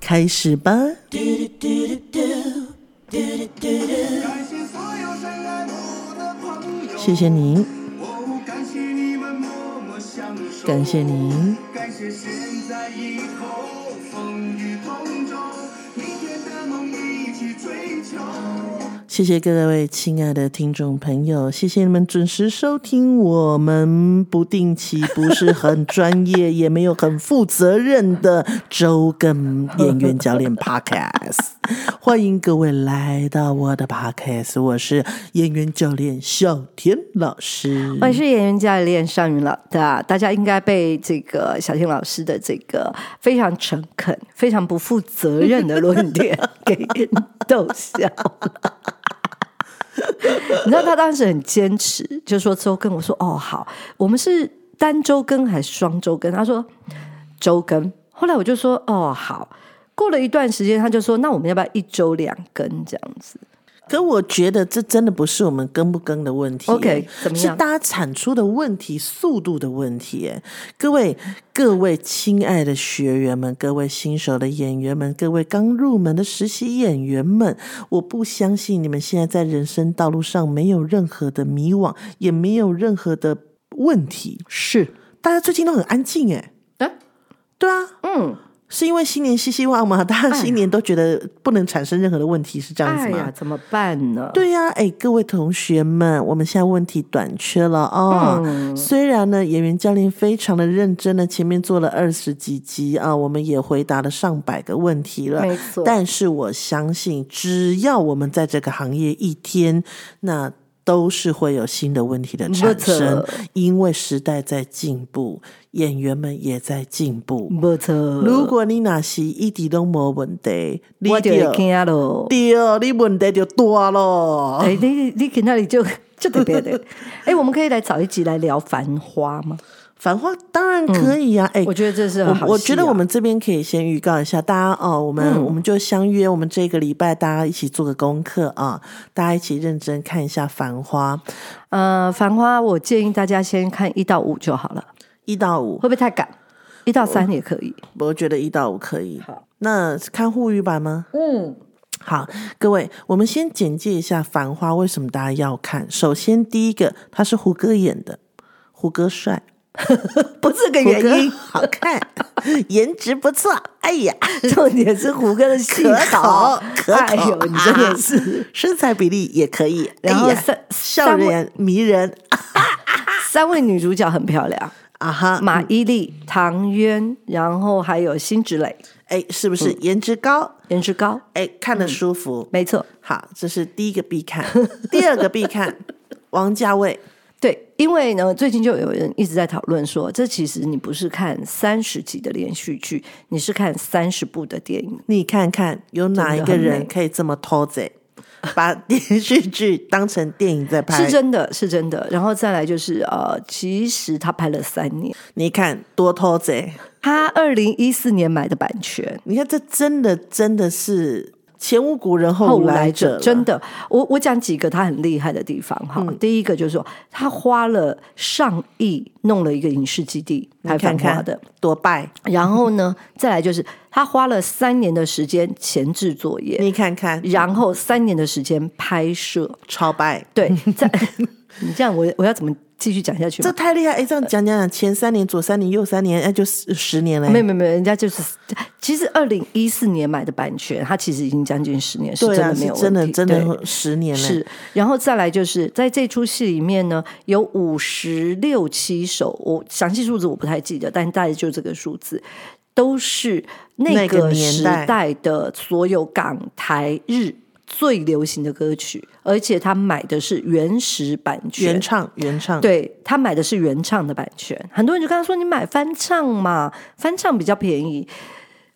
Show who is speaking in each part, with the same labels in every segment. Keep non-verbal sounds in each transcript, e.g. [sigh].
Speaker 1: 开始吧！
Speaker 2: 感谢所有深爱我的朋友，
Speaker 1: 谢谢您，
Speaker 2: 哦，感谢你们默默相守，
Speaker 1: 感谢您，
Speaker 2: 感谢现在以后风雨同舟，明天的梦一起追求。
Speaker 1: 谢谢各位亲爱的听众朋友，谢谢你们准时收听我们不定期、不是很专业，也没有很负责任的周更演员教练 [laughs] Podcast。欢迎各位来到我的 Podcast，我是演员教练小田老师。
Speaker 3: 我是演员教练尚云老大，大家应该被这个小天老师的这个非常诚恳、非常不负责任的论点 [laughs] 给逗笑了。你知道他当时很坚持，就说周更，我说哦好，我们是单周更还是双周更？他说周更。后来我就说哦好。过了一段时间，他就说那我们要不要一周两更这样子？
Speaker 1: 可我觉得这真的不是我们更不更的问题
Speaker 3: OK，怎么
Speaker 1: 是
Speaker 3: 样
Speaker 1: 大家产出的问题、速度的问题。各位、各位亲爱的学员们，各位新手的演员们，各位刚入门的实习演员们，我不相信你们现在在人生道路上没有任何的迷惘，也没有任何的问题。
Speaker 3: 是，
Speaker 1: 大家最近都很安静，哎，
Speaker 3: 哎、
Speaker 1: 对啊，
Speaker 3: 嗯，
Speaker 1: 是因为新年新希望嘛？大家
Speaker 3: 哎呀
Speaker 1: 新年都觉得不能产生任何的问题，是这样子
Speaker 3: 哎
Speaker 1: 吗？
Speaker 3: 呀，怎么办呢？
Speaker 1: 对呀、哎，各位同学们，我们现在问题短缺了哦。
Speaker 3: 嗯
Speaker 1: 虽然呢，演员教练非常的认真呢，前面做了二十几集啊，我们也回答了上百个问题了。
Speaker 3: 没错
Speaker 1: 但是我相信，只要我们在这个行业一天，那。都是会有新的问题的产生
Speaker 3: 没错，
Speaker 1: 因为时代在进步，演员们也在进步。
Speaker 3: 不错，
Speaker 1: 如果你哪是一点都没问题，你
Speaker 3: 我就
Speaker 1: 就
Speaker 3: 会惊咯。
Speaker 1: 对，你问题就大咯。
Speaker 3: 哎、你你你去那里就就特别的。 [laughs] 哎、我们可以来找一集来聊《繁花》吗？
Speaker 1: 繁花当然可以呀、啊，哎、
Speaker 3: 嗯我觉得这是很
Speaker 1: 我
Speaker 3: 好、啊
Speaker 1: 我觉得我。们这边可以先预告一下大家哦，我们、
Speaker 3: 嗯
Speaker 1: 我们就相约，我们这个礼拜大家一起做个功课啊，大家一起认真看一下《繁花》
Speaker 3: 呃，《繁花》我建议大家先看一到五就好了，
Speaker 1: 一到五
Speaker 3: 会，不会太赶？一到三也可以。
Speaker 1: 我觉得一到五可以
Speaker 3: 好。
Speaker 1: 那看沪语版吗？
Speaker 3: 嗯，
Speaker 1: 好，各位，我们先简介一下《繁花》为什么大家要看。首先，第一个，他是胡歌演的，胡歌帅，
Speaker 3: 不是个
Speaker 1: 胡
Speaker 3: 哎原
Speaker 1: 歌
Speaker 3: 因，
Speaker 1: 好看， [laughs] 颜值不错。哎呀，
Speaker 3: [laughs] 重点是胡歌的戏
Speaker 1: 可
Speaker 3: 好
Speaker 1: 口，可口，
Speaker 3: 哎呦，你真的是。
Speaker 1: 是身材比例也可以，
Speaker 3: 然后
Speaker 1: 哎呀
Speaker 3: 三
Speaker 1: 笑
Speaker 3: 三位
Speaker 1: 脸迷人
Speaker 3: 三位女主角很漂亮，
Speaker 1: 啊哈，
Speaker 3: 马伊琍、唐渊，然后还有辛芷蕾，
Speaker 1: 哎，是不是
Speaker 3: 嗯
Speaker 1: 颜值高？
Speaker 3: 颜值高，
Speaker 1: 哎，看得舒服。
Speaker 3: 没错。
Speaker 1: 好，这是第一个必看， [laughs] 第二个必看，王家卫。
Speaker 3: 对，因为呢，最近就有人一直在讨论说，这其实你不是看三十集的连续剧，你是看三十部的电影。
Speaker 1: 你看看有哪一
Speaker 3: 真
Speaker 1: 个
Speaker 3: 的很美
Speaker 1: 人可以这么偷贼，把连续剧当成电影在拍
Speaker 3: 是？真的，是真的。然后再来就是，呃，其实他拍了三年，
Speaker 1: 你看多偷贼！
Speaker 3: 他二零一四年买的版权，
Speaker 1: 你看这真的真的是前无古人后
Speaker 3: 后
Speaker 1: 无
Speaker 3: 来
Speaker 1: 来
Speaker 3: 者
Speaker 1: 了嗯
Speaker 3: 真的，我我讲几个他很厉害的地方哈。第一个就是说，他花了上亿弄了一个影视基地拍
Speaker 1: 你
Speaker 3: 繁
Speaker 1: 看
Speaker 3: 花
Speaker 1: 看
Speaker 3: 的，
Speaker 1: 多败，
Speaker 3: 然后呢，再来就是他花了三年的时间前置作
Speaker 1: [laughs]
Speaker 3: 业，
Speaker 1: 你看看
Speaker 3: 然后三年的时间拍摄，
Speaker 1: 超败。
Speaker 3: [laughs] 对，在你这样我我要怎么继续讲下去
Speaker 1: 这
Speaker 3: 吗？
Speaker 1: 太厉害！哎，这样讲讲讲，前三年、左三年、右三年，哎，就十十年了。
Speaker 3: 没有没有没有，人家就是，其实二零一四年买的版权，它其实已经将近十年，是
Speaker 1: 对
Speaker 3: 真
Speaker 1: 啊，
Speaker 3: 的没
Speaker 1: 是
Speaker 3: 有问题，
Speaker 1: 真的真
Speaker 3: 对
Speaker 1: 的十年了。
Speaker 3: 是，然后再来就是在这出戏里面呢，有五十六七首，我详细数字我不太记得，但大概就这个数字，都是那
Speaker 1: 那个
Speaker 3: 个
Speaker 1: 年
Speaker 3: 时
Speaker 1: 代
Speaker 3: 代的所有港台日最流行的歌曲，而且他买的是原始版权，
Speaker 1: 原唱原唱。，
Speaker 3: 对他买的是原唱的版权，很多人就跟他说：“你买翻唱嘛，翻唱比较便宜。”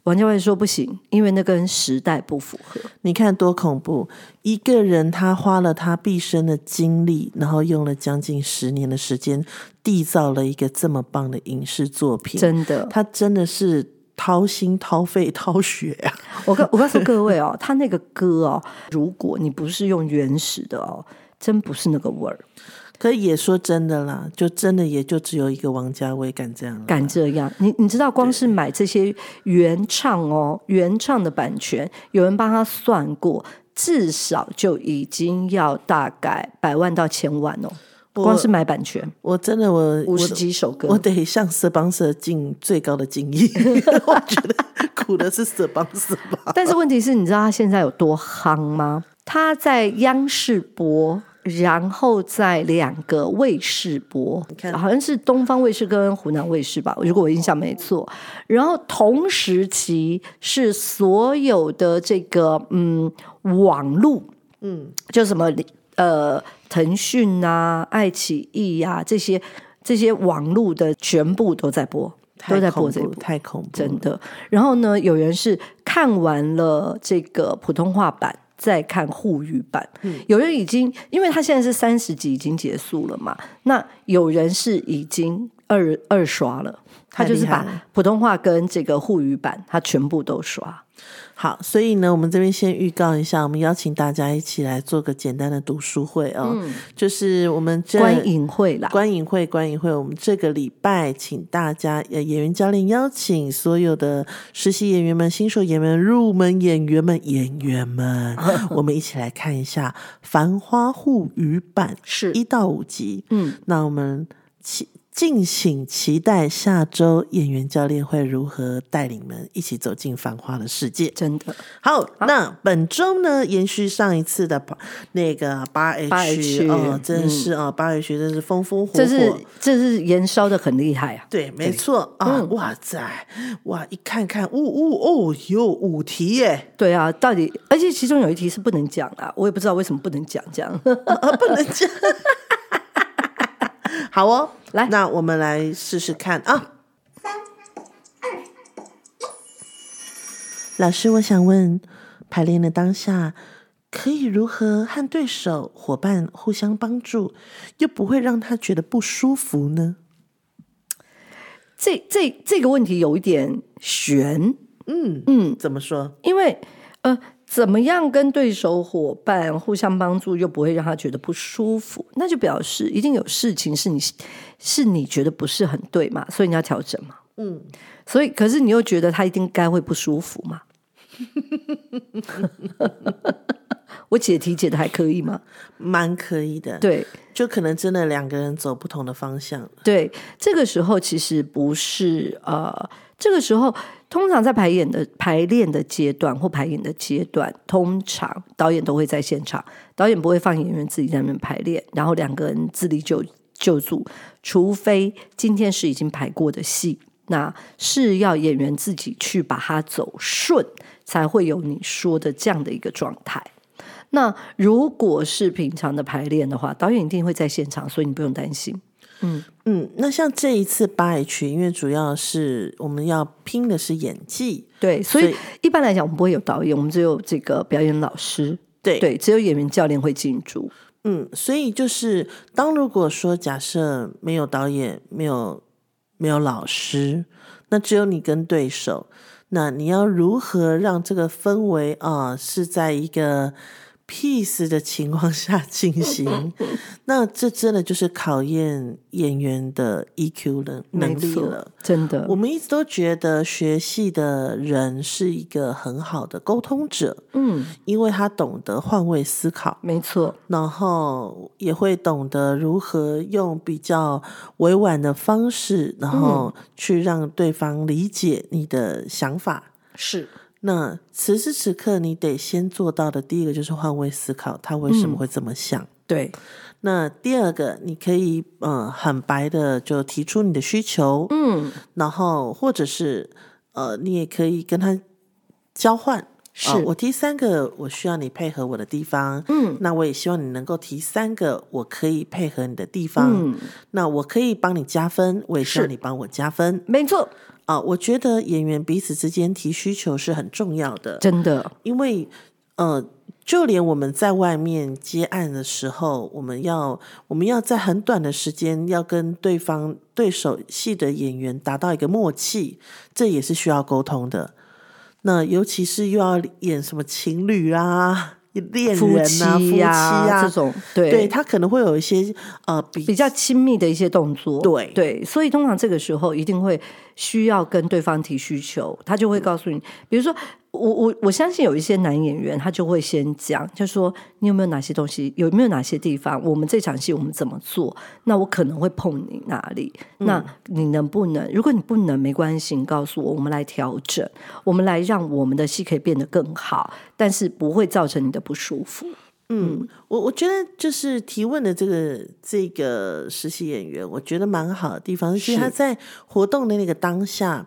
Speaker 3: 王教练说不行，因为那跟时代不符合。
Speaker 1: 你看多恐怖！一个人他花了他毕生的精力，然后用了将近十年的时间，缔造了一个这么棒的影视作品，
Speaker 3: 真的，
Speaker 1: 他真的是掏心掏肺掏血啊！ [laughs]
Speaker 3: 我告我告诉各位哦，他那个歌哦，如果你不是用原始的哦，真不是那个味儿，
Speaker 1: 可也说真的啦，就真的也就只有一个王家卫敢这样了。
Speaker 3: 敢这样。你你知道，光是买这些原唱哦，原唱的版权，有人帮他算过，至少就已经要大概百万到千万哦，
Speaker 1: 我
Speaker 3: 光是买版权，
Speaker 1: 我真的我
Speaker 3: 五十
Speaker 1: 我
Speaker 3: 几首歌。
Speaker 1: 我得向 sponsor 尽最高的
Speaker 3: [laughs]
Speaker 1: 敬意，我觉得苦的是 sponsor 吧。
Speaker 3: 但是问题是，你知道他现在有多夯吗？他在央视播，然后在两个卫视播
Speaker 1: 看，
Speaker 3: 好像是东方卫视跟湖南卫视吧，如果我印象没错。然后同时期是所有的这个嗯网路，嗯，就什么呃腾讯啊、爱奇艺啊这些这些网路的全部都在播， [laughs] 都在
Speaker 1: 太
Speaker 3: 播
Speaker 1: 恐
Speaker 3: 这一
Speaker 1: 怖，
Speaker 3: 部。
Speaker 1: 太恐怖！
Speaker 3: 真的。然后呢，有人是看完了这个普通话版。再看沪语版，
Speaker 1: 嗯
Speaker 3: 有人已经，因为他现在是三十集已经结束了嘛，那有人是已经二二刷了，他
Speaker 1: 太
Speaker 3: 就是
Speaker 1: 厉害
Speaker 3: 把
Speaker 1: 了
Speaker 3: 普通话跟这个沪语版，他全部都刷。
Speaker 1: 好，所以呢，我们这边先预告一下，我们邀请大家一起来做个简单的读书会哦，
Speaker 3: 嗯
Speaker 1: 就是我们这
Speaker 3: 观影会啦，
Speaker 1: 观影会，观影会，我们这个礼拜请大家，呃，演员教练邀请所有的实习演员们、新手演员们、入门演员们、演
Speaker 3: [laughs]
Speaker 1: 员们，我们一起来看一下《繁花沪语版》
Speaker 3: 是
Speaker 1: 一到五集。
Speaker 3: 嗯，
Speaker 1: 那我们期敬请期待下周演员教练会如何带领们一起走进繁花的世界。
Speaker 3: 真的
Speaker 1: 好，那本周呢，延续上一次的八那个八 H，
Speaker 3: 8H
Speaker 1: 哦，真是啊，八 H 真是风风火火，
Speaker 3: 这是这是燃烧的很厉害啊，
Speaker 1: 对，没错啊，哇塞，哇，一看看，呜呜哦，有五题耶，
Speaker 3: 对啊，到底而且其中有一题是不能讲啊，我也不知道为什么不能讲这样。 [laughs]
Speaker 1: 啊，不能这样， [laughs] 好哦，
Speaker 3: 来
Speaker 1: 那我们来试试看啊。老师，我想问，排练的当下，可以如何和对手、伙伴互相帮助，又不会让他觉得不舒服呢？
Speaker 3: 这这这个问题有一点悬，
Speaker 1: 嗯，怎么说？
Speaker 3: 因为呃，怎么样跟对手伙伴互相帮助，又不会让他觉得不舒服，那就表示一定有事情是你是你觉得不是很对嘛，所以你要调整嘛。嗯，所以可是你又觉得他一定该会不舒服嘛？ [laughs] 我解题解的还可以吗？
Speaker 1: 蛮可以的，，
Speaker 3: 对，
Speaker 1: 就可能真的两个人走不同的方向。
Speaker 3: 对，这个时候其实不是呃，这个时候通常在排演的排练的阶段或排演的阶段，通常导演都会在现场，导演不会放演员自己在那边排练，然后两个人自力救救助，除非今天是已经排过的戏。那是要演员自己去把它走顺，才会有你说的这样的一个状态。那如果是平常的排练的话，导演一定会在现场，所以你不用担心。
Speaker 1: 嗯，那像这一次八 H，因为主要是我们要拼的是演技，
Speaker 3: 对，所
Speaker 1: 所
Speaker 3: 以
Speaker 1: 以
Speaker 3: 一般来讲，我们不会有导演，我们只有这个表演老师，
Speaker 1: 对
Speaker 3: 对，只有演员教练会进驻。
Speaker 1: 嗯，所以就是当如果说假设没有导演，没有没有老师，那只有你跟对手，那你要如何让这个氛围啊是在一个 peace 的情况下 [laughs] 进行？那这真的就是考验演员的 EQ 能
Speaker 3: 没
Speaker 1: 能力
Speaker 3: 错
Speaker 1: 了。
Speaker 3: 真的
Speaker 1: 我，们一直都觉得学戏的人是一个很好的沟通者，
Speaker 3: 嗯，
Speaker 1: 因为他懂得换位思考，
Speaker 3: 没错，
Speaker 1: 然后也会懂得如何用比较委婉的方式，然后
Speaker 3: 嗯
Speaker 1: 去让对方理解你的想法。
Speaker 3: 是
Speaker 1: 那此时此刻，你得先做到的第一个就是换位思考，他为
Speaker 3: 嗯
Speaker 1: 什么会这么想？
Speaker 3: 对，
Speaker 1: 那第二个，你可以嗯、呃很白的就提出你的需求，
Speaker 3: 嗯，
Speaker 1: 然后或者是呃，你也可以跟他交换。
Speaker 3: 是
Speaker 1: 啊我提三个我需要你配合我的地方，
Speaker 3: 嗯，
Speaker 1: 那我也希望你能够提三个我可以配合你的地方，
Speaker 3: 嗯，
Speaker 1: 那我可以帮你加分，我也希望
Speaker 3: 是
Speaker 1: 你帮我加分
Speaker 3: 没错，
Speaker 1: 啊、啊、我觉得演员彼此之间提需求是很重要的，
Speaker 3: 真的，
Speaker 1: 因为呃，就连我们在外面接案的时候，我们要我们要在很短的时间要跟对方对手戏的演员达到一个默契，这也是需要沟通的。那尤其是又要演什么情侣啊、恋
Speaker 3: 夫
Speaker 1: 人啊、夫
Speaker 3: 妻
Speaker 1: 妻
Speaker 3: 呀、
Speaker 1: 啊
Speaker 3: 这，种，对
Speaker 1: 对他可能会有一些呃比
Speaker 3: 比较亲密的一些动作，
Speaker 1: 对
Speaker 3: 对，所以通常这个时候一定会需要跟对方提需求，他就会告诉你，比如说我我我相信有一些男演员，他就会先讲，就说你有没有哪些东西，有没有哪些地方，我们这场戏我们怎么做，那我可能会碰你哪里，那你能不能？如果你不能，没关系，你告诉我，我们来调整，我们来让我们的戏可以变得更好，但是不会造成你的不舒服。
Speaker 1: 嗯，我我觉得就是提问的这个这个实习演员，我觉得蛮好的地方是
Speaker 3: 是
Speaker 1: 他在活动的那个当下，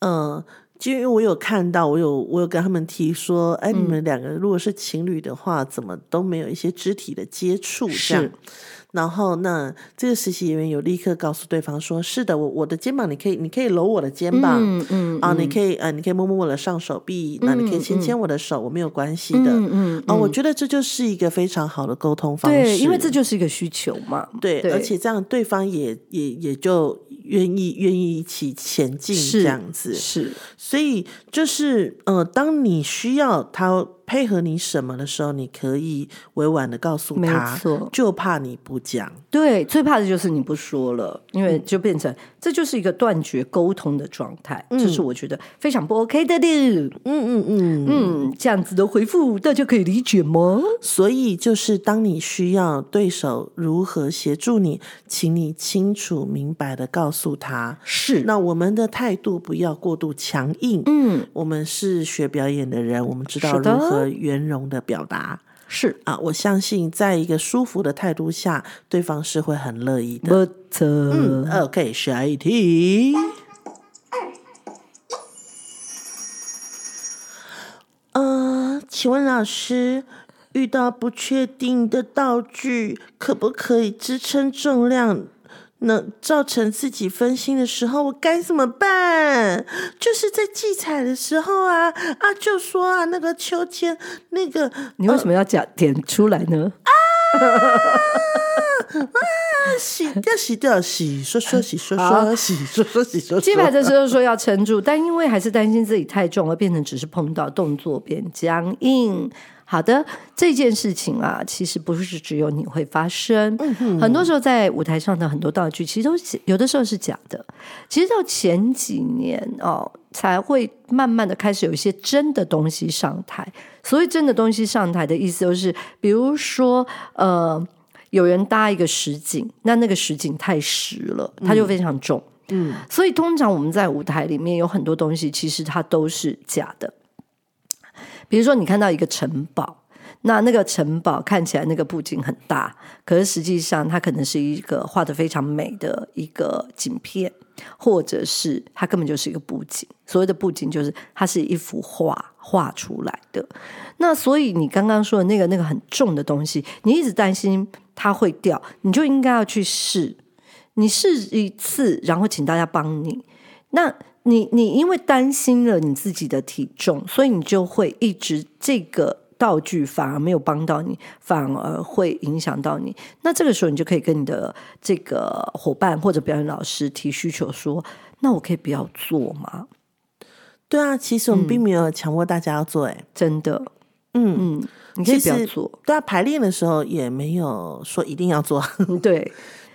Speaker 1: 嗯，就因为我有看到，我有我有跟他们提说，哎，你
Speaker 3: 嗯
Speaker 1: 们两个如果是情侣的话，怎么都没有一些肢体的接触这样
Speaker 3: 是。
Speaker 1: 然后那这个实习演员有立刻告诉对方说，是的，我我的肩膀你可以你可以揉我的肩膀，
Speaker 3: 嗯嗯
Speaker 1: 啊，你可以呃，你可以摸摸我的上手臂，那你可以牵牵我的手，我没有关系的。
Speaker 3: 嗯嗯
Speaker 1: 啊，我觉得这就是一个非常好的沟通方式，
Speaker 3: 对，因为这就是一个需求嘛。
Speaker 1: 对，而且这样对方也也也就愿意愿意一起前进
Speaker 3: 是
Speaker 1: 这样子。
Speaker 3: 是
Speaker 1: 所以就是呃，当你需要他配合你什么的时候，你可以委婉的告诉
Speaker 3: 没
Speaker 1: 他
Speaker 3: 错，
Speaker 1: 就怕你不讲。
Speaker 3: 对，最怕的就是你不说了，因为就变成、这就是一个断绝沟通的状态，这是我觉得非常不 OK 的的。
Speaker 1: 嗯嗯。嗯
Speaker 3: 嗯，这样子的回复大家可以理解吗？
Speaker 1: 所以，就是当你需要对手如何协助你，请你清楚明白的告诉他。
Speaker 3: 是，
Speaker 1: 那我们的态度不要过度强硬。
Speaker 3: 嗯，
Speaker 1: 我们是学表演的人，我们知道
Speaker 3: 是的
Speaker 1: 如何圆融的表达
Speaker 3: 是，
Speaker 1: 啊！我相信，在一个舒服的态度下，对方是会很乐意的。
Speaker 3: 不错，
Speaker 1: 嗯，OK，下一题。呃，请问老师，遇到不确定的道具，可不可以支撑重量？能造成自己分心的时候，我该怎么办？就是在记彩的时候啊啊，就说啊，那个秋千，那个
Speaker 3: 你为什么要讲点出来呢？
Speaker 1: 洗掉洗掉洗，说说洗说说洗说说洗说说，
Speaker 3: 基本上就是说要撑住，但因为还是担心自己太重而变成只是碰到动作变僵硬。好的，这件事情啊，其实不是只有你会发生。很多时候在舞台上的很多道具，其实都是有的时候是假的。其实到前几年哦，才会慢慢的开始有一些真的东西上台。所谓真的东西上台的意思，就是比如说呃。有人搭一个实景，那那个实景太实了，它就非常重。所以通常我们在舞台里面有很多东西，其实它都是假的。比如说，你看到一个城堡，那那个城堡看起来那个布景很大，可是实际上它可能是一个画的非常美的一个景片，或者是它根本就是一个布景。所谓的布景就是它是一幅画画出来的。那所以你刚刚说的那个那个很重的东西，你一直担心它会掉，你就应该要去试。你试一次，然后请大家帮你。那你你因为担心了你自己的体重，所以你就会一直这个道具反而没有帮到你，反而会影响到你。那这个时候你就可以跟你的这个伙伴或者表演老师提需求说：“那我可以不要做吗
Speaker 1: 对啊，其实我
Speaker 3: 嗯
Speaker 1: 们并没有强迫大家要做、欸，哎？”，
Speaker 3: 真的，
Speaker 1: 嗯，
Speaker 3: 嗯，你可
Speaker 1: 其
Speaker 3: 以不要
Speaker 1: 实
Speaker 3: 做，
Speaker 1: 大家排练的时候也没有说一定要做， [laughs]
Speaker 3: 对，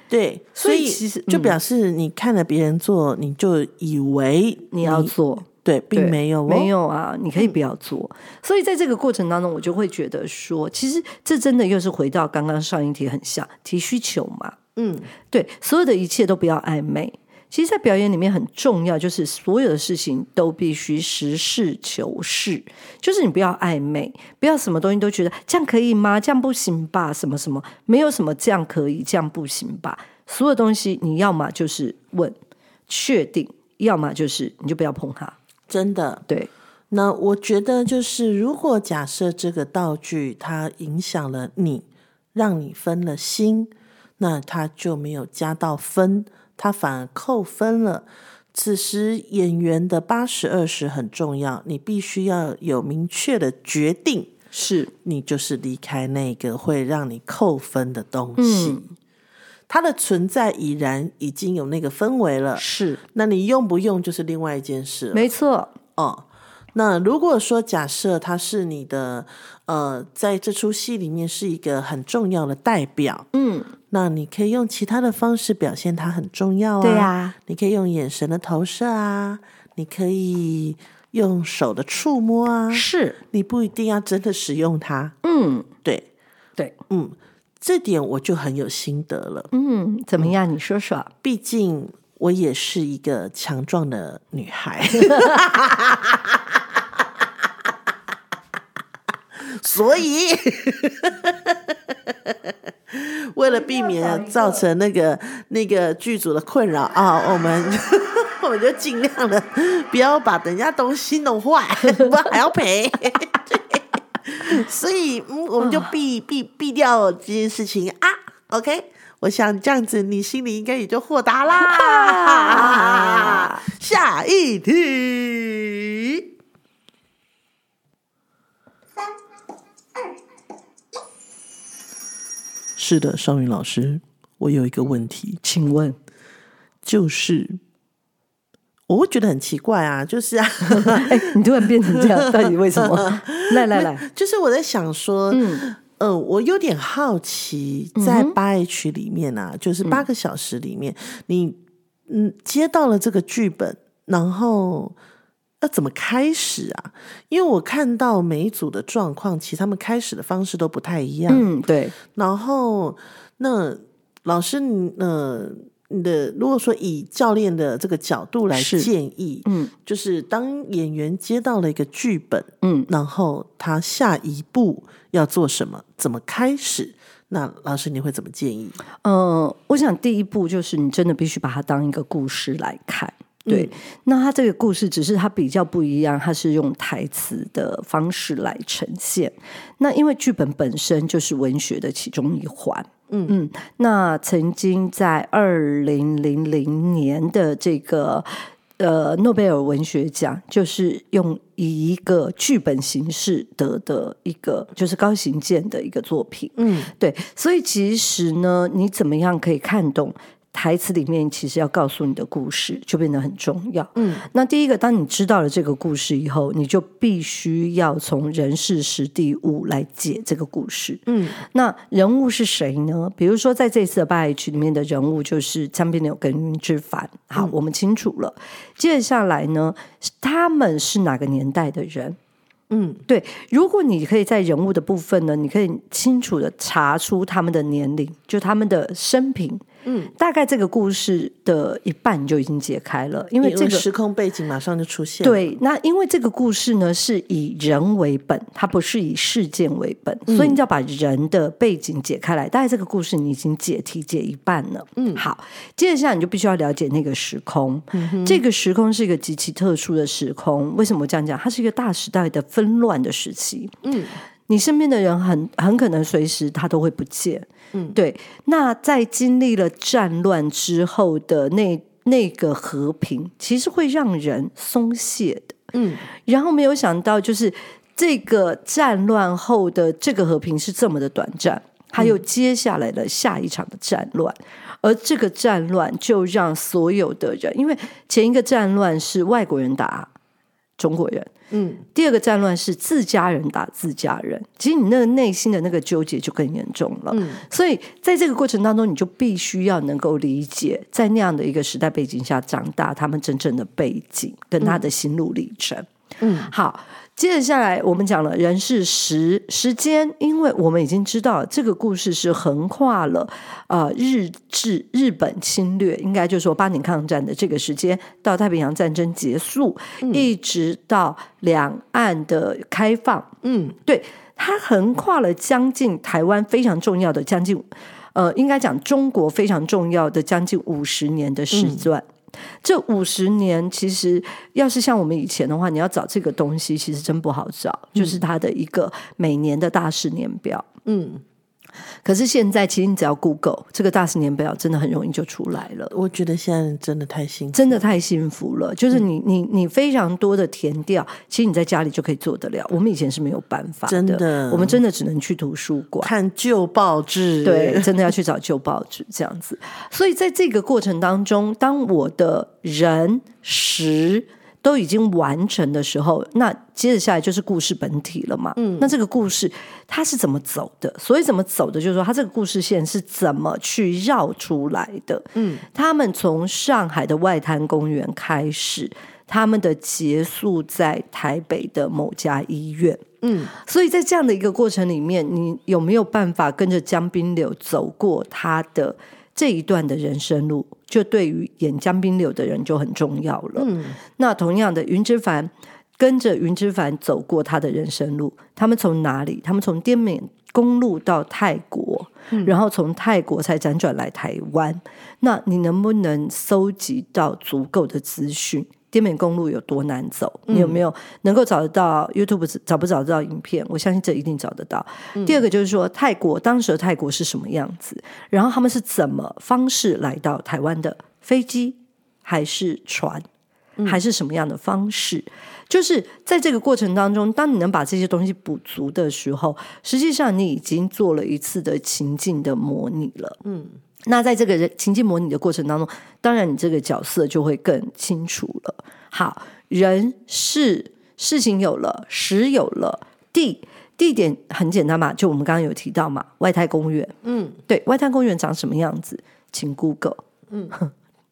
Speaker 1: 对，
Speaker 3: 所
Speaker 1: 所
Speaker 3: 以
Speaker 1: 以
Speaker 3: 其实
Speaker 1: 就
Speaker 3: 嗯
Speaker 1: 表示你看了别人做，你就以为
Speaker 3: 你要做。
Speaker 1: 对，并
Speaker 3: 对
Speaker 1: 没有、哦，
Speaker 3: 没，有啊，你可以不要做。所以在这个过程当中，我就会觉得说，其实这真的又是回到刚刚上一题很像提需求嘛，
Speaker 1: 嗯，
Speaker 3: 对，所有的一切都不要暧昧。其实，在表演里面很重要，就是所有的事情都必须实事求是，就是你不要暧昧，不要什么东西都觉得这样可以吗？这样不行吧？什么什么，没有什么这样可以，这样不行吧？所有东西你要么就是问确定，要么就是你就不要碰它。
Speaker 1: 真的。
Speaker 3: 对，
Speaker 1: 那我觉得就是，如果假设这个道具它影响了你，让你分了心，那它就没有加到分，它反而扣分了。此时演员的八十二十很重要，你必须要有明确的决定，
Speaker 3: 是
Speaker 1: 你就是离开那个会让你扣分的东
Speaker 3: 嗯
Speaker 1: 西。它的存在已然已经有那个氛围了，
Speaker 3: 是，
Speaker 1: 那你用不用就是另外一件事了。
Speaker 3: 没错，
Speaker 1: 哦，那如果说假设他是你的呃，在这出戏里面是一个很重要的代表，
Speaker 3: 嗯，
Speaker 1: 那你可以用其他的方式表现他很重要啊。
Speaker 3: 对啊
Speaker 1: 你可以用眼神的投射啊，你可以用手的触摸啊，
Speaker 3: 是，
Speaker 1: 你不一定要真的使用它。
Speaker 3: 嗯，
Speaker 1: 对，
Speaker 3: 对，
Speaker 1: 嗯，这点我就很有心得了。
Speaker 3: 嗯，怎么样？你说说，
Speaker 1: 毕竟我也是一个强壮的女孩， [laughs] 所以 [laughs] 为了避免造成那个 [laughs] 那个剧组的困扰啊，我们 [laughs] 我们就尽量的不要把人家东西弄坏， [laughs] 不然还要赔。所以，嗯，我们就避避避掉这件事情啊。OK，我想这样子，你心里应该也就豁达啦
Speaker 3: 啊。
Speaker 1: 下一题，是的，少云老师，我有一个问题，
Speaker 3: 请问， [laughs]
Speaker 1: 就是我会觉得很奇怪啊，就是啊。
Speaker 3: 哎，你突然变成这样，到底为什 [laughs] 么？来来来，
Speaker 1: 就是我在想说，嗯，呃，我有点好奇，在八 H 里面啊，就是八个小时里面，你嗯接到了这个剧本，然后要怎么开始啊？因为我看到每一组的状况，其实他们开始的方式都不太一样。
Speaker 3: 嗯，对，
Speaker 1: 然后那老师，你呃，你的如果说以教练的这个角度来
Speaker 3: 是
Speaker 1: 建议，
Speaker 3: 嗯
Speaker 1: 就是当演员接到了一个剧本，
Speaker 3: 嗯，
Speaker 1: 然后他下一步要做什么，怎么开始？那老师你会怎么建议？
Speaker 3: 嗯，我想第一步就是你真的必须把它当一个故事来看。对，那它这个故事只是它比较不一样，它是用台词的方式来呈现。那因为剧本本身就是文学的其中一环。嗯嗯，那曾经在二零零零年的这个呃诺贝尔文学奖，就是用以一个剧本形式得的一个，就是高行健的一个作品。
Speaker 1: 嗯，
Speaker 3: 对，所以其实呢，你怎么样可以看懂台词里面其实要告诉你的故事，就变得很重要。嗯，那第一个，当你知道了这个故事以后，你就必须要从人事、时地、物来解这个故事。
Speaker 1: 嗯，
Speaker 3: 那人物是谁呢？比如说，在这次的八 H 里面的人物就是江边柳跟云之凡。好，我们清楚了。接下来呢，他们是哪个年代的人？对，如果你可以在人物的部分呢，你可以清楚的查出他们的年龄，就他们的生平，嗯，大概这个故事的一半你就已经解开了，因为这个
Speaker 1: 时空背景马上就出现，，
Speaker 3: 对，那因为这个故事呢是以人为本，它不是以事件为本，所以你只要把人的背景解开来，大概这个故事你已经解题解一半了。嗯，好，接下来你就必须要了解那个时空，这个时空是一个极其特殊的时空。为什么我这样讲？它是一个大时代的纷乱的时期。嗯。你身边的人很很可能随时他都会不见，嗯，对。那在经历了战乱之后的那那个和平，其实会让人松懈的。
Speaker 1: 嗯，
Speaker 3: 然后没有想到，就是这个战乱后的这个和平是这么的短暂，还有接下来的下一场的战乱，而这个战乱就让所有的人，因为前一个战乱是外国人打中国人，
Speaker 1: 嗯，
Speaker 3: 第二个战乱是自家人打自家人，其实你那个内心的那个纠结就更严重了。所以在这个过程当中，你就必须要能够理解，在那样的一个时代背景下长大，他们真正的背景跟他的心路历程。嗯，好，接下来我们讲了人是时时间，因为我们已经知道这个故事是横跨了呃日治日本侵略，应该就是说八年抗战的这个时间到太平洋战争结束，一直到两岸的开放，
Speaker 1: 嗯，
Speaker 3: 对，它横跨了将近台湾非常重要的将近，呃，应该讲中国非常重要的将近五十年的时段。这五十年其实，要是像我们以前的话，你要找这个东西，其实真不好找，就是它的一个每年的大事年表。
Speaker 1: 嗯，
Speaker 3: 可是现在，其实你只要 Google 这个大师年表，真的很容易就出来了。
Speaker 1: 我觉得现在人真的太辛苦，
Speaker 3: 真的太幸福了，就是
Speaker 1: 嗯
Speaker 3: 你你你非常多的填调，其实你在家里就可以做得了。我们以前是没有办法
Speaker 1: 真的
Speaker 3: 我们真的只能去图书馆。
Speaker 1: 看旧报纸，
Speaker 3: 对， [laughs] 真的要去找旧报纸这样子。所以在这个过程当中，当我的人时都已经完成的时候，那接着下来就是故事本体了嘛。嗯，那这个故事它是怎么走的？所以怎么走的，就是说它这个故事线是怎么去绕出来的。嗯，他们从上海的外滩公园开始，他们的结束在台北的某家医院。所以在这样的一个过程里面，你有没有办法跟着江滨柳走过他的这一段的人生路？就对于演江滨柳的人就很重要了。那同样的，云之凡跟着云之凡走过他的人生路，他们从哪里？他们从滇缅公路到泰国，然后从泰国才辗转来台湾。那你能不能搜集到足够的资讯？滇缅公路有多难走？你有没有能够找得到 YouTube 找不找得到影片？我相信这一定找得到。第二个就是说，泰国当时的泰国是什么样子？然后他们是怎么方式来到台湾的？飞机还是船？还是什么样的方式？就是在这个过程当中，当你能把这些东西补足的时候，实际上你已经做了一次的情境的模拟了。嗯，那在这个人情境模拟的过程当中，当然你这个角色就会更清楚了。好，人事事情有了，时有了，地地点很简单嘛，就我们刚刚有提到嘛，外滩公园。嗯，对，外滩公园长什么样子，请 Google。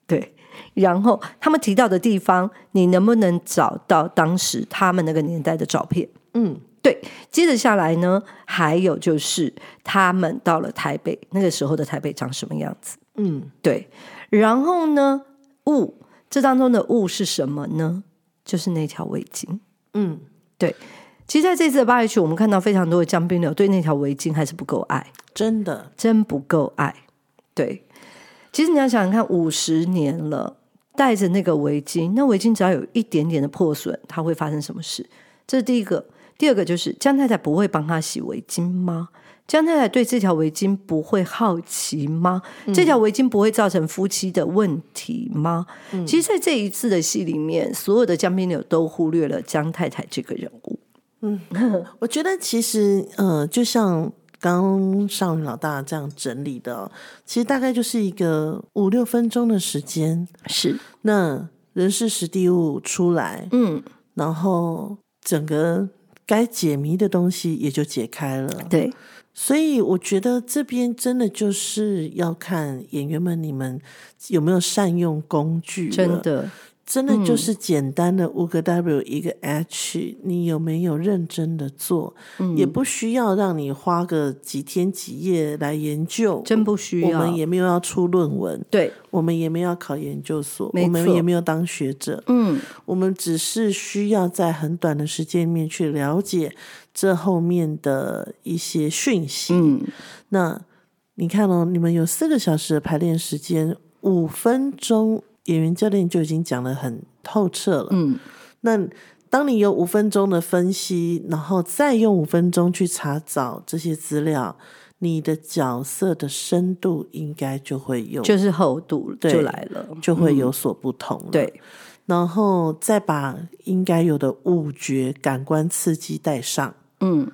Speaker 3: 对， [laughs] 然后他们提到的地方，你能不能找到当时他们那个年代的照片？
Speaker 1: 嗯，
Speaker 3: 对。接着下来呢，还有就是他们到了台北，那个时候的台北长什么样子？
Speaker 1: 嗯，
Speaker 3: 对。然后呢，物这当中的物是什么呢？就是那条围巾。
Speaker 1: 嗯，
Speaker 3: 对。其实，在这次的八 H，我们看到非常多的江滨柳对那条围巾还是不够爱。
Speaker 1: 真的，
Speaker 3: 真不够爱。对，其实你要想想看，五十年了，戴着那个围巾，那围巾只要有一点点的破损，它会发生什么事？这是第一个。第二个就是江太太不会帮她洗围巾吗？江太太对这条围巾不会好奇吗？
Speaker 1: 嗯
Speaker 3: 这条围巾不会造成夫妻的问题吗？
Speaker 1: 嗯
Speaker 3: 其实，在这一次的戏里面，所有的江滨柳都忽略了江太太这个人物。
Speaker 1: 我觉得其实，呃，就像刚少女老大这样整理的哦、其实大概就是一个五六分钟的时间，
Speaker 3: 是，
Speaker 1: 那人事实地物出来，
Speaker 3: 嗯，
Speaker 1: 然后整个该解谜的东西也就解开了。
Speaker 3: 对，
Speaker 1: 所以我觉得这边真的就是要看演员们你们有没有善用工具，
Speaker 3: 真，的，
Speaker 1: 真
Speaker 3: 嗯
Speaker 1: 的就是简单的五个 W 一个 H，你有没有认真的做？
Speaker 3: 嗯
Speaker 1: 也不需要让你花个几天几夜来研究，
Speaker 3: 真不需
Speaker 1: 我
Speaker 3: 要。
Speaker 1: 们也没有要出论文，
Speaker 3: 对，
Speaker 1: 我们也没有要考研究所，
Speaker 3: 没
Speaker 1: 我们
Speaker 3: 错
Speaker 1: 也没有当学者，
Speaker 3: 嗯，
Speaker 1: 我们只是需要在很短的时间里面去了解这后面的一些讯息。
Speaker 3: 嗯，
Speaker 1: 那你看哦，你们有四个小时的排练时间，五分钟演员教练就已经讲得很透彻了。
Speaker 3: 嗯，
Speaker 1: 那当你有五分钟的分析，然后再用五分钟去查找这些资料，你的角色的深度应该就会有，
Speaker 3: 就是厚度
Speaker 1: 对
Speaker 3: 就来了，
Speaker 1: 就会有所不同、了。
Speaker 3: 对，
Speaker 1: 然后再把应该有的悟觉、感官刺激带上，
Speaker 3: 嗯，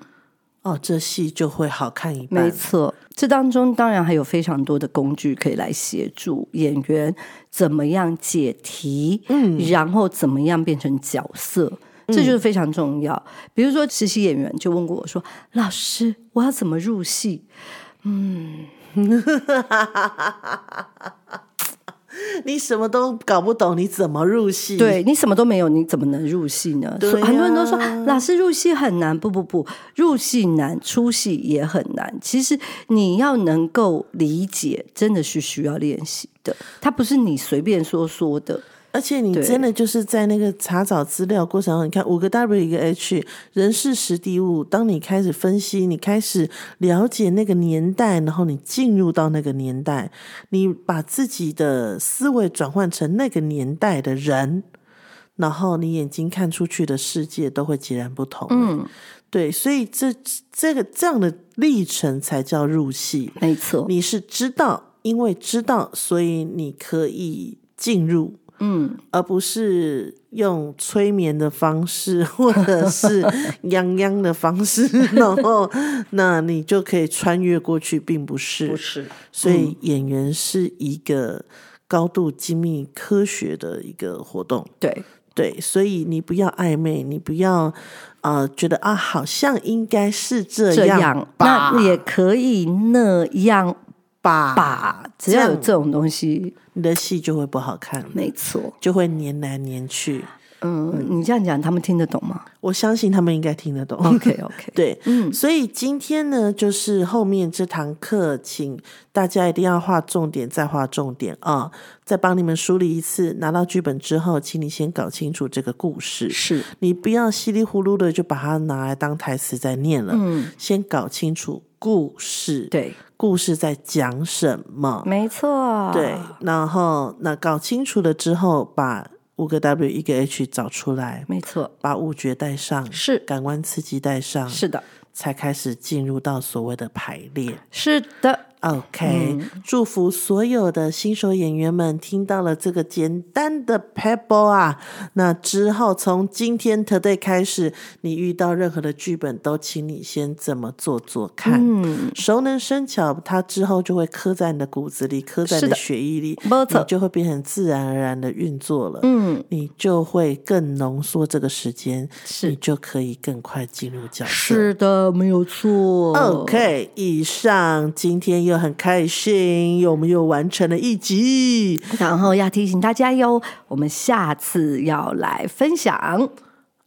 Speaker 1: 哦，这戏就会好看一半。
Speaker 3: 没错。这当中当然还有非常多的工具可以来协助演员怎么样解题，嗯，然后怎么样变成角色。这就是非常重要。比如说，实习演员就问过我说：“老师，我要怎么入戏
Speaker 1: 你什么都搞不懂，你怎么入戏？？”
Speaker 3: 对你什么都没有，你怎么能入戏呢？
Speaker 1: 对
Speaker 3: 所以很多人都说啊
Speaker 1: 呀
Speaker 3: 老师入戏很难，不不不，入戏难，出戏也很难。其实你要能够理解，真的是需要练习的，它不是你随便说说的。
Speaker 1: 而且你
Speaker 3: 对
Speaker 1: 真的就是在那个查找资料过程中，你看五个 W 一个 H，人事实地物。当你开始分析，你开始了解那个年代，然后你进入到那个年代，你把自己的思维转换成那个年代的人，然后你眼睛看出去的世界都会截然不同。嗯，对，所以这这个这样的历程才叫入戏。
Speaker 3: 没错，
Speaker 1: 你是知道，因为知道，所以你可以进入，
Speaker 3: 嗯，
Speaker 1: 而不是用催眠的方式或者是 [laughs] 泱泱的方式， [laughs] 然后那你就可以穿越过去，并不是。
Speaker 3: 是，
Speaker 1: 所以演员是一个高度精密科学的一个活动。
Speaker 3: 对，
Speaker 1: 对，所以你不要暧昧，你不要呃觉得啊，好像应该是这
Speaker 3: 这
Speaker 1: 样吧，
Speaker 3: 那也可以那样
Speaker 1: 吧，
Speaker 3: 吧，只要有这种东西，
Speaker 1: 你的戏就会不好看，
Speaker 3: 没错。
Speaker 1: 就会黏来黏去。
Speaker 3: 嗯，你这样讲，他们听得懂吗
Speaker 1: 我相信他们应该听得
Speaker 3: [laughs]
Speaker 1: 懂。
Speaker 3: ？OK OK，
Speaker 1: [laughs] 对，
Speaker 3: 嗯
Speaker 1: 所以今天呢，就是后面这堂课，请大家一定要画重点，再画重点啊、再帮你们梳理一次。拿到剧本之后，请你先搞清楚这个故事，
Speaker 3: 是，
Speaker 1: 你不要稀里糊涂的就把它拿来当台词在念了，
Speaker 3: 嗯，
Speaker 1: 先搞清楚故事，，
Speaker 3: 对，
Speaker 1: 故事在讲什么，
Speaker 3: 没错，
Speaker 1: 对，然后那搞清楚了之后，把五个 W 一个 H 找出来，
Speaker 3: 没错，
Speaker 1: 把五觉带上，
Speaker 3: 是
Speaker 1: 感官刺激带上，
Speaker 3: 是的，
Speaker 1: 才开始进入到所谓的排列。
Speaker 3: 是的，
Speaker 1: OK，、祝
Speaker 3: 嗯
Speaker 1: 福所有的新手演员们听到了这个简单的 pebble 啊，那之后从今天 today 开始，你遇到任何的剧本都请你先这么做做看，
Speaker 3: 嗯，
Speaker 1: 熟能生巧，它之后就会刻在你的骨子里，刻在你
Speaker 3: 是的
Speaker 1: 的血液里，
Speaker 3: 没错
Speaker 1: 你就会变成自然而然的运作了。
Speaker 3: 嗯，
Speaker 1: 你就会更浓缩这个时间，
Speaker 3: 是
Speaker 1: 你就可以更快进入角色。
Speaker 3: 是的，没有错。
Speaker 1: OK，以上今天又很开心，因为我们又完成了一集。
Speaker 3: 然后要提醒大家哟，我们下次要来分享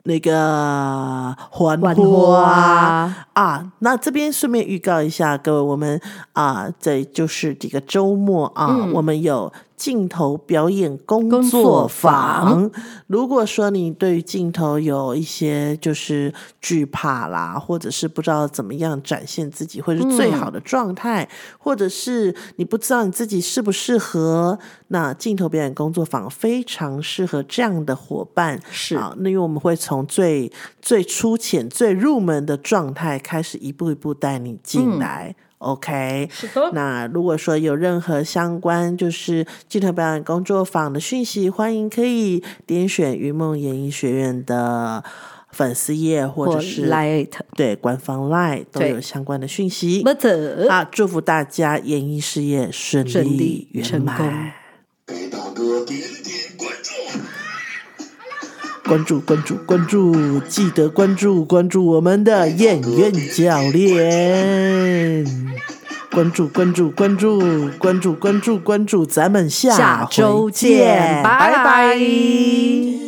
Speaker 1: 那个还
Speaker 3: 万
Speaker 1: 花
Speaker 3: 花
Speaker 1: 啊，那这边顺便预告一下各位，我们啊，这就是这个周末啊，我们有镜头表演工
Speaker 3: 工
Speaker 1: 作
Speaker 3: 作
Speaker 1: 坊
Speaker 3: 坊。
Speaker 1: 如果说你对于镜头有一些就是惧怕啦，或者是不知道怎么样展现自己会是最好的状态，或者是你不知道你自己适不适合，那镜头表演工作坊非常适合这样的伙伴。
Speaker 3: 是
Speaker 1: 啊，那因为我们会从最最粗浅、最入门的状态开始，一步一步带你
Speaker 3: 嗯
Speaker 1: 进来。OK，
Speaker 3: 是的
Speaker 1: 那如果说有任何相关就是镜头表演工作坊的讯息，欢迎可以点选云梦演艺学院的粉丝页或
Speaker 3: 或
Speaker 1: 者是
Speaker 3: Light
Speaker 1: 对官方 Line 都
Speaker 3: 对
Speaker 1: 有相关的讯息
Speaker 3: b u t
Speaker 1: 啊！祝福大家演艺事业顺
Speaker 3: 顺
Speaker 1: 利
Speaker 3: 利
Speaker 1: 圆
Speaker 3: 成
Speaker 1: 满
Speaker 3: 功，
Speaker 2: 给大哥点点关注。
Speaker 1: 关注关注关注，记得关注关注我们的演员教练。关注关注关注关注关注关注，咱们下
Speaker 3: 下
Speaker 1: 回
Speaker 3: 周
Speaker 1: 见
Speaker 3: 见，，拜
Speaker 1: 拜
Speaker 3: 拜